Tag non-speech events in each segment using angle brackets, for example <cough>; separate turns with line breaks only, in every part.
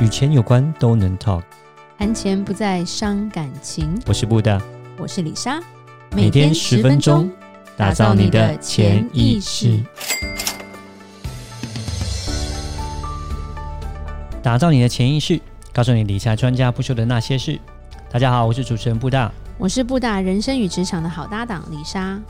与钱有关都能 talk。
谈钱不再伤感情，
我是布大，
我是李莎，
每天十分钟，打造你的潜意识，打造你的潜意识，告诉你理财专家不说的那些事。大家好，我是主持人布大。
我是布大人生与职场的好搭档李莎。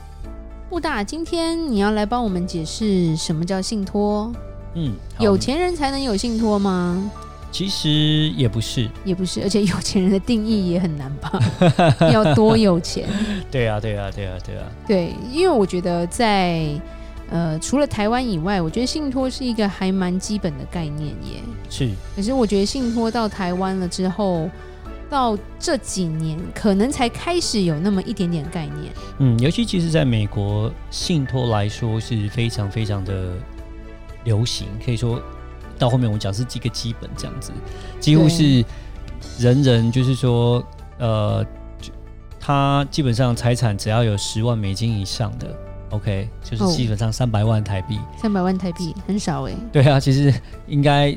布大，今天你要来帮我们解释什么叫信托？
嗯，好
有。钱人才能有信托吗？
其实也不是，
也不是，而且有钱人的定义也很难吧？ <laughs> 要多有钱？
对啊，对啊，对啊，对啊，
对，因为我觉得在呃，除了台湾以外，我觉得信托是一个还蛮基本的概念耶。
是
可是我觉得信托到台湾了之后，到这几年可能才开始有那么一点点概念。
嗯，尤其其实在美国，信托来说是非常非常的流行，可以说到后面我们讲是几个基本这样子，几乎
对
是人人就是说，呃，就他基本上财产只要有十万美金以上的，OK，就是
哦
基本上三百万台币。
三百万台币很少哎，
对啊，其实应该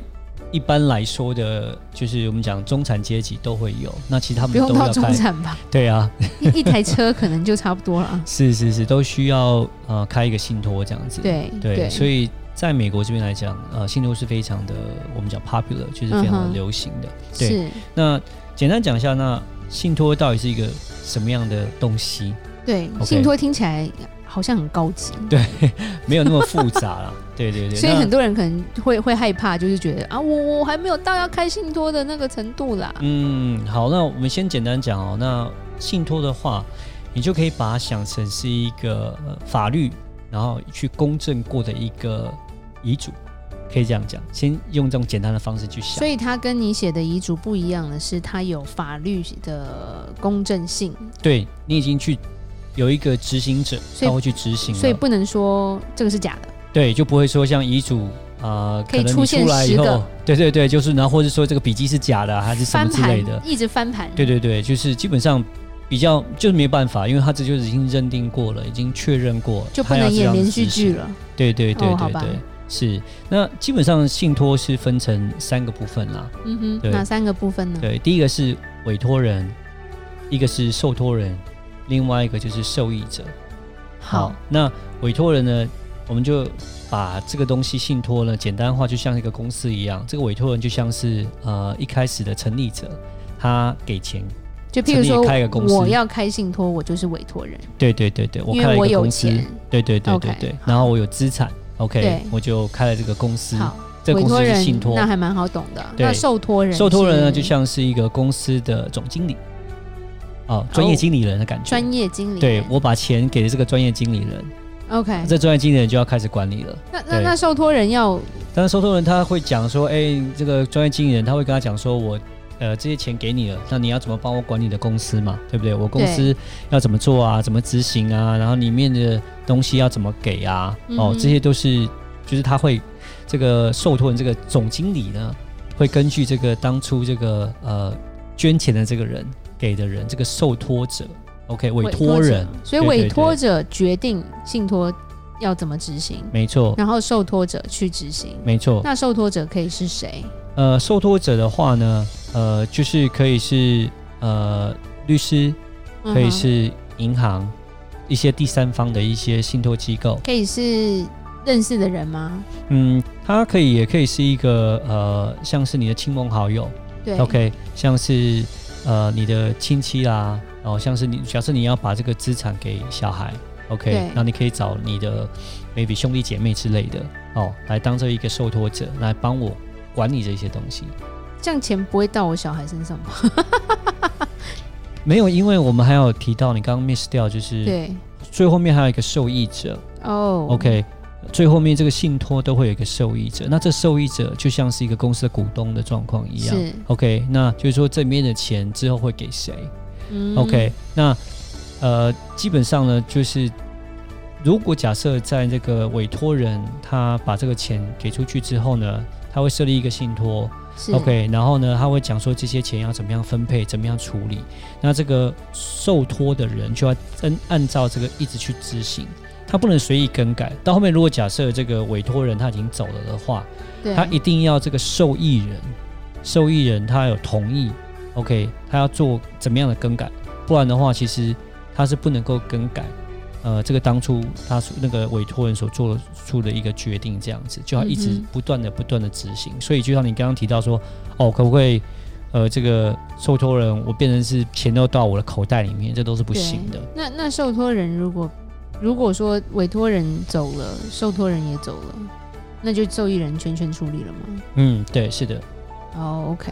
一般来说的，就是我们讲中产阶级都会有，那其实他们
不用
都
到
要
中
开，
产吧，
对啊，。
一一台车可能就差不多了
<laughs>
啊
是是是，都需要呃开一个信托这样子。
嗯对
对，所以在美国这边来讲，呃，信托是非常的，我们讲 popular，就是非常
嗯
的
哼
流行的。对
是，
那简单讲一下，那信托到底是一个什么样的东西？
对
OK
信托听起来好像很高级，
对，没有那么复杂
<laughs>
啦。对对对，
所以
那
很多人可能会会害怕，就是觉得啊，我我还没有到要开信托的那个程度啦。
嗯，好，那我们先简单讲哦。那信托的话，你就可以把它想成是一个呃法律，然后去公证过的一个遗嘱，可以这样讲。先用这种简单的方式去想
所。以他跟你写的遗嘱不一样的是，他有法律的公正性，
对你已经去有一个执行者，
所以
他会去执行了，
所以不能说这个是假的。
对就不会说像遗嘱啊，呃
可以
能
出
你
现
出来以
10个
后，对对对，就是然后或者说这个笔记是假的啊、还是什
翻
么之类
盘
的，
一直翻盘，
对对对，就是基本上比较就是没办法，因为他这就是已经认定过了，已经确认过，
就不
他要
能
这
演
样
连
子
续
执
剧
行
了。
对对对
哦好
对
吧
对，是。那基本上信托是分成三个部分啦，
嗯哼，
对
哪三个部分呢？
对，第一个是委托人，一个是受托人，另外一个就是受益者。
好，，
那委托人呢，我们就把这个东西信托呢，简单化，就像一个公司一样，这个委托人就像是呃一开始的成立者，他给钱，
就譬
成
如说
立开个公，司
我要开信托，我就是委托人，
对对对对，我
因
开
为
了
我
一个
有
公司，
钱。
对对对
OK，
对对
好，
然后我有资产
对
，OK，我就开了这个公司，
好，
这个
委
公司
托
是
人
信托
那，还蛮好懂的。
对
那受托人是，
受托人呢就像是一个公司的总经理，哦，专业
哦
经理人的感觉，
专业经理人，
对我把钱给了这个专业经理人，
OK，
这专业经理人就要开始管理了。
那那
对
那受托人要
但是受托人他会讲说，哎、这个专业经理人他会跟他讲说，我呃这些钱给你了，那你要怎么帮我管理你的公司嘛，对不对？我公司要怎么做啊，怎么执行啊，然后里面的东西要怎么给啊，哦
嗯，
这些都是就是他会这个受托人这个总经理呢，会根据这个当初这个呃捐钱的这个人给的人，这个受托者，OK，委托
者
人，
所以
对对
委托
对
者决定信托要怎么执行，
没错，
然后受托者去执行。
没错。
那受托者可以是谁？
呃，受托者的话呢，呃，就是可以是呃律师，
嗯哼
可以是银行，一些第三方的一些信托机构，
可以是认识的人吗？
嗯，它可以也可以是一个呃，像是你的亲朋好友
对
，OK，像是呃你的亲戚啦，然后像是你假设你要把这个资产给小孩，OK，
对
然后你可以找你的 maybe 兄弟姐妹之类的哦，来当做一个受托者来帮我管理这些东西。
这样钱不会到我小孩身上吧？
没有，因为我们还有提到你刚刚 miss 掉，就是
<laughs> 对，
最后面还有一个受益者。
哦
OK，最后面这个信托都会有一个受益者，那这受益者就像是一个公司的股东的状况一样
是。
OK，那就是说这里面的钱之后会给谁？
嗯
OK，那呃，基本上呢，就是如果假设在这个委托人他把这个钱给出去之后呢，他会设立一个信托
是
，OK，然后呢，他会讲说这些钱要怎么样分配，怎么样处理，那这个受托的人就要按按照这个一直去执行。他不能随意更改。到后面，如果假设这个委托人他已经走了的话，
对
他一定要这个受益人，受益人他有同意，OK，他要做怎么样的更改，不然的话，其实他是不能够更改，呃，这个当初他所那个委托人所做出的一个决定，这样子就要一
嗯
直
哼
不断的不断的执行。所以就像你刚刚提到说，哦，可不可以？呃，这个受托人，我变成是钱都到我的口袋里面，这都是不
对
行的。
那那受托人如果如果说委托人走了，受托人也走了，那就受益人全权处理了吗？
嗯，对，是的。
哦、o k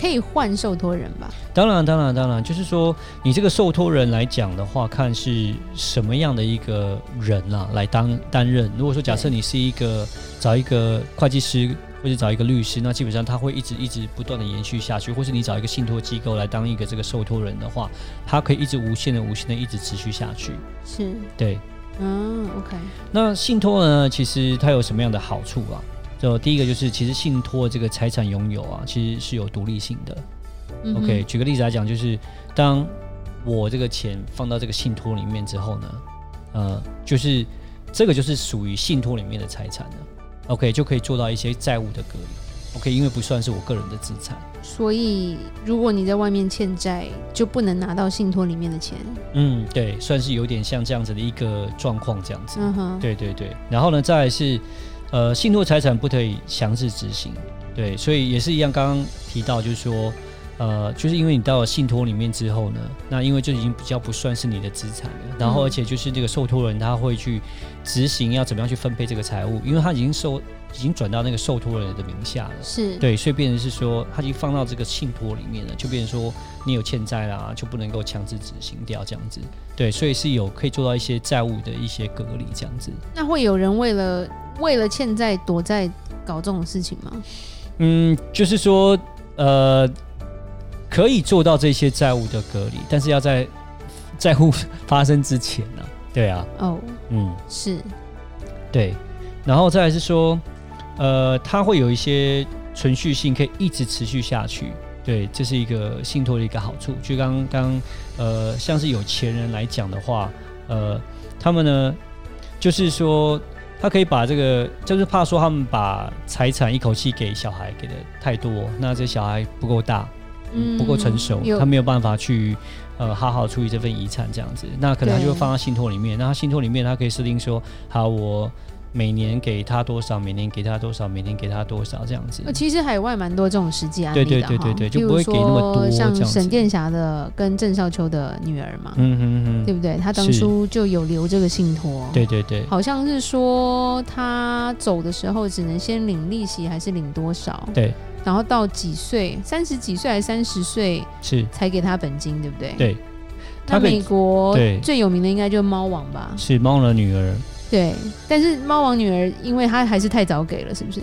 可以换受托人吧？
当然，当然，当然，就是说，你这个受托人来讲的话，看是什么样的一个人啦、来当担任。如果说假设
对
你是一个找一个会计师或者找一个律师，那基本上他会一直一直不断的延续下去；或是你找一个信托机构来当一个这个受托人的话，他可以一直无限的、无限的一直持续下去。
是，
对，
嗯，OK，
那信托呢，其实它有什么样的好处啊？就第一个就是，其实信托这个财产拥有啊，其实是有独立性的。
嗯哼
OK，举个例子来啊讲，就是当我这个钱放到这个信托里面之后呢，呃，就是这个就是属于信托里面的财产了。OK，就可以做到一些债务的隔离。OK，因为不算是我个人的资产。
所以如果你在外面欠债，就不能拿到信托里面的钱。
嗯，对，算是有点像这样子的一个状况，这样子。
嗯哼，
对对对，然后呢，再来是，呃，信托财产不可以强制执行，对，所以也是一样，刚刚提到就是说，呃，就是因为你到了信托里面之后呢，那因为就已经比较不算是你的资产了，然后而且就是这个受托人他会去执行要怎么样去分配这个财务，因为他已经受已经转到那个受托人的名下了。
是，
对，所以变成是说，他已经放到这个信托里面了，就变成说你有欠债啦，就不能够强制执行掉这样子。对，所以是有可以做到一些债务的一些隔离这样子。
那会有人为了为了欠债躲债搞这种事情吗？
嗯，就是说，呃，可以做到这些债务的隔离，但是要在债务发生之前呢、对啊，
哦，
嗯，
是，
对。然后再来是说，呃，它会有一些存续性，可以一直持续下去。对，这是一个信托的一个好处。就刚刚呃，像是有钱人来讲的话，呃，他们呢，就是说他可以把这个，就是怕说他们把财产一口气给小孩给的太多，那这小孩不够大，
嗯
不够成熟，
有
他没有办法去呃好好处理这份遗产这样子，那可能他
对
就会放到信托里面。那他信托里面，他可以设定说，好，我每年给他多少，每年给他多少，每年给他多少这样子。
呃，其实海外蛮多这种实际案例的
对
哈
对对对对
比
就
如
不会给那么多
说像
这样子
沈殿霞的跟郑少秋的女儿嘛，
嗯哼
对
哼，
不对？她当
是
初就有留这个信托，
对，对对
好像是说她走的时候只能先领利息，还是领多少？
对，
然后到几岁，三十几岁还是三十岁
是，
才给她本金，对不对？。
对
那
她可以
美国
对
最有名的应该就是猫王吧？
是猫的女儿。
对，但是猫王女儿，因为她还是太早给了，是不是？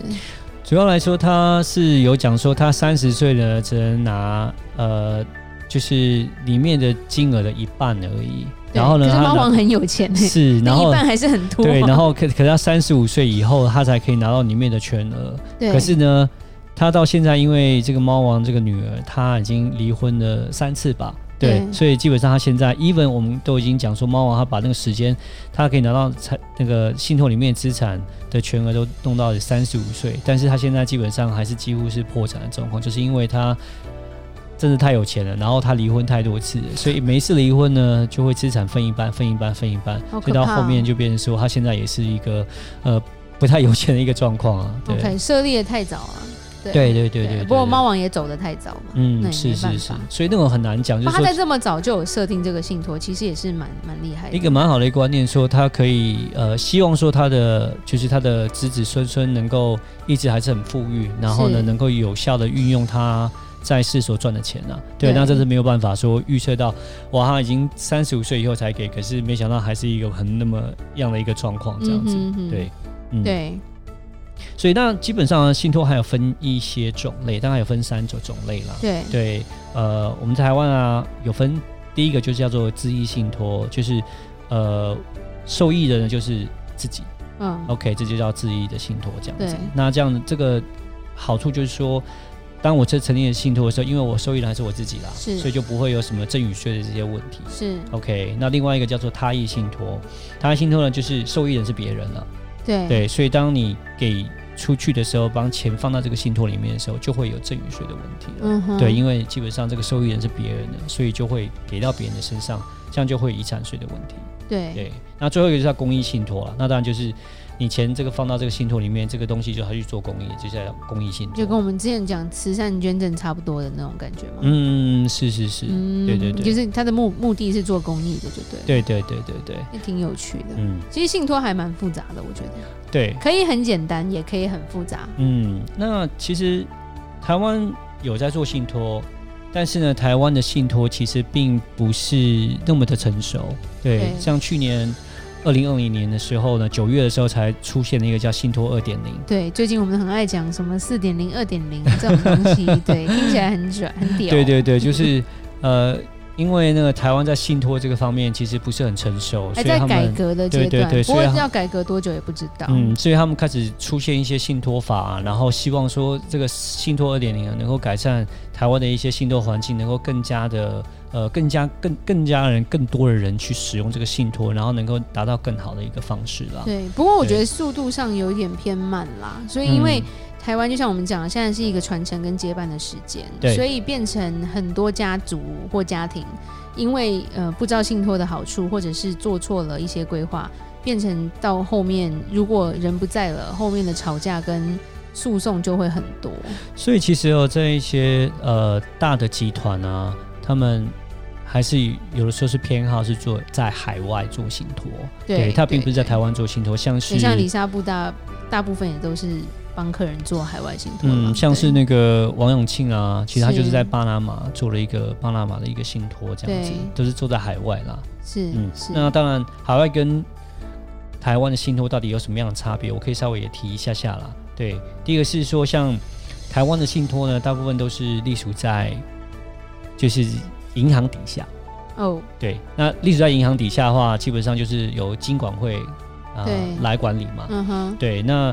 主要来说，他是有讲说，他三十岁呢，只能拿呃，就是里面的金额的一半而已。然后呢，
对可是
他
猫
拿
王很有钱
<laughs>
欸
是，然
<laughs> 那
后
一半还是很多啊。
对，然后可可他三十五岁以后，他才可以拿到里面的全额。
对
可是呢，他到现在因为这个猫王这个女儿，她已经离婚了三次吧。对，
对
所以基本上他现在，even 我们都已经讲说，猫王他把那个时间，他可以拿到财那个信托里面资产的全额都弄到三十五岁，但是他现在基本上还是几乎是破产的状况，就是因为他真的太有钱了，然后他离婚太多次了，所以每一次离婚呢，就会资产分一半，分一半，分一半，
好可怕哦
所以到后面就变成说，他现在也是一个呃不太有钱的一个状况啊。对
OK，设立的太早了。对
对对对对对
不过猫王也走的太早嘛。那
嗯，
也
是
没办
是是
法，
所以那种很难讲，就
那
是
他
说
在这么早就有设定这个信托，其实也是蛮蛮厉害的。
一个蛮好的一个观念，说他可以呃，希望说他的就是他的子子孙孙能够一直还是很富裕，然后呢
是
能够有效的运用他在世所赚的钱啊。对，
对
那这是没有办法说预测到，哇，他已经三十五岁以后才给，可是没想到还是一个很那么样的一个状况这样子。
嗯哼哼
对，嗯，。
对，
所以那基本上信托还有分一些种类，大概有分三种种类啦。
对，
对，呃，我们台湾啊有分第一个就叫做自益信托，就是呃受益人呢就是自己
嗯，
，OK，这就叫自益的信托这样子
对。
那这样这个好处就是说，当我这成立了信托的时候，因为我受益人还是我自己啦，
是
所以就不会有什么赠与税的这些问题。
是，
OK，那另外一个叫做他益信托，他益信托呢就是受益人是别人了，
对，
对，所以当你给出去的时候，帮钱放到这个信托里面的时候，就会有赠与税的问题了。
嗯哼，
对，因为基本上这个受益人是别人的，所以就会给到别人的身上，这样就会有遗产税的问题。
对，
对，那最后一个就是要公益信托了，那当然就是你钱这个放到这个信托里面，这个东西就要去做公益，就叫公益信托。
就跟我们之前讲慈善捐赠差不多的那种感觉嘛。
嗯，是是是，
嗯
对对对
就是它的目目的是做公益的，就对了，
对对对对对，
也挺有趣的。
嗯，
其实信托还蛮复杂的，我觉得
对，
可以很简单，也可以很复杂。
嗯，那其实台湾有在做信托，但是呢，台湾的信托其实并不是那么的成熟。对，
对
像去年二零二零年的时候呢，九月的时候才出现了一个叫信托二点零。
对，最近我们很爱讲什么四点零、二点零这种东西，对，听起来很拽，很屌。
对，对对，就是呃，因为那个台湾在信托这个方面其实不是很成熟，
还
所以
在
他
改
们。
革的阶
对
段，
对对
不
所以
过
他
要改革多久也不知道。
嗯，所以他们开始出现一些信托法，啊然后希望说这个信托二点零能够改善台湾的一些信托环境，能够更加的呃更加更更加人更多的人去使用这个信托，然后能够达到更好的一个方式啦。
对，不过我觉得
对
速度上有一点偏慢啦，所以
嗯，
因为台湾就像我们讲的，现在是一个传承跟接班的时间，
对
所以变成很多家族或家庭，因为呃不知道信托的好处，或者是做错了一些规划，变成到后面如果人不在了，后面的吵架跟诉讼就会很多。
所以其实哦，在一些呃大的集团啊，他们还是有的时候是偏好是做在海外做信托，
对
他并不是在
对
台湾做信托，像是
对，像李莎布大大部分也都是帮客人做海外信托嘛，
嗯，像
对
是那个王永庆啊，其实他就是是在巴拿马做了一个巴拿马的一个信托，这样子
对，
都是做在海外啦。
是
嗯，
是
那当然，海外跟台湾的信托到底有什么样的差别？我可以稍微也提一下下啦。对，第一个是说，像台湾的信托呢，大部分都是隶属在就是银行底下。
哦，
对，那隶属在银行底下的话，基本上就是由金管会啊、
对
来管理嘛。
嗯哼，
对，那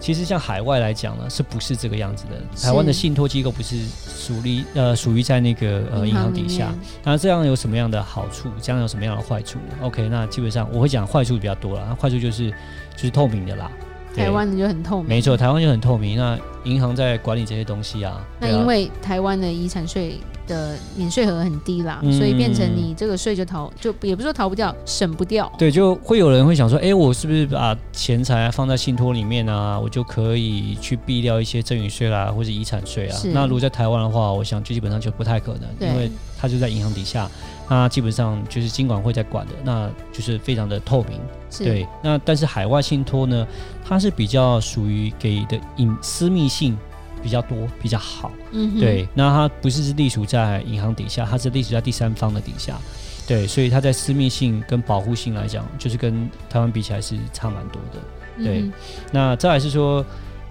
其实像海外来讲呢，是不是这个样子的？
是
台湾的信托机构不是属于呃属于在那个呃银行
里
底下
面，，
那这样有什么样的好处？这样有什么样的坏处呢？OK，那基本上我会讲坏处比较多啦，坏处就是就是透明的啦。对
台湾的就很透明，
没错，台湾就很透明，那银行在管理这些东西啊。
那
对啊
因为台湾的遗产税的免税额很低啦，
嗯
所以变成你这个税就逃，就也不是说逃不掉，省不掉。
对，就会有人会想说，哎，我是不是把钱财放在信托里面啊，我就可以去避掉一些赠与税啦，或者遗产税啊
是？
那如果在台湾的话，我想就基本上就不太可能，因为
对，
它就在银行底下，那基本上就是金管会在管的，那就是非常的透明。
是，
对，那但是海外信托呢，它是比较属于给的隐私密性比较多，比较好。
嗯哼，
对，那它不是是隶属在银行底下，它是隶属在第三方的底下。对，所以它在私密性跟保护性来讲，就是跟台湾比起来是差蛮多的。
嗯哼，
对那再来是说，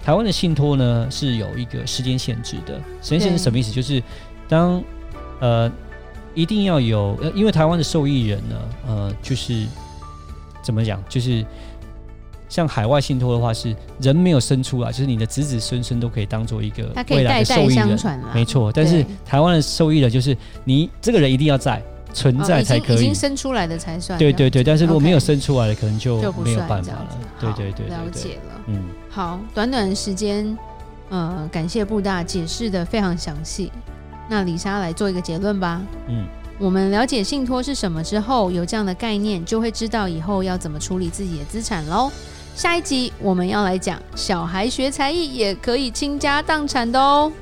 台湾的信托呢是有一个时间限制的。时间限制
对
什么意思？就是当呃一定要有，呃因为台湾的受益人呢，呃，就是怎么讲，就是像海外信托的话，是人没有生出来，就是你的子子孙孙都可以当做一个
它可
未
以
来
代
的
代
受益
相
人。
传啦，
没错，但是
啊对
台湾的受益人就是你这个人一定要在存
哦，
在才可
已经已
以
经。生出来的才算，
对对对，但是如果
OK
没有生出来的，可能就
就不
没有
算
办
这
法
样子
了。对
好
对对
了
对对，
解了。
嗯，
好，短短的时间，呃，感谢布大解释的非常详细。那李莎来做一个结论吧。
嗯，
我们了解信托是什么之后，有这样的概念，就会知道以后要怎么处理自己的资产喽。下一集我们要来讲，小孩学才艺也可以倾家荡产的哦。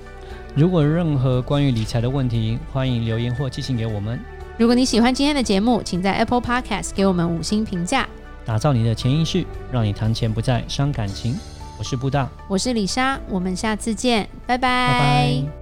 如果任何关于理财的问题，欢迎留言或寄信给我们。
如果你喜欢今天的节目，请在 Apple Podcast 给我们五星评价。
打造你的潜意识，让你谈钱不再伤感情。我是布大，
我是李莎，我们下次见，拜
拜拜。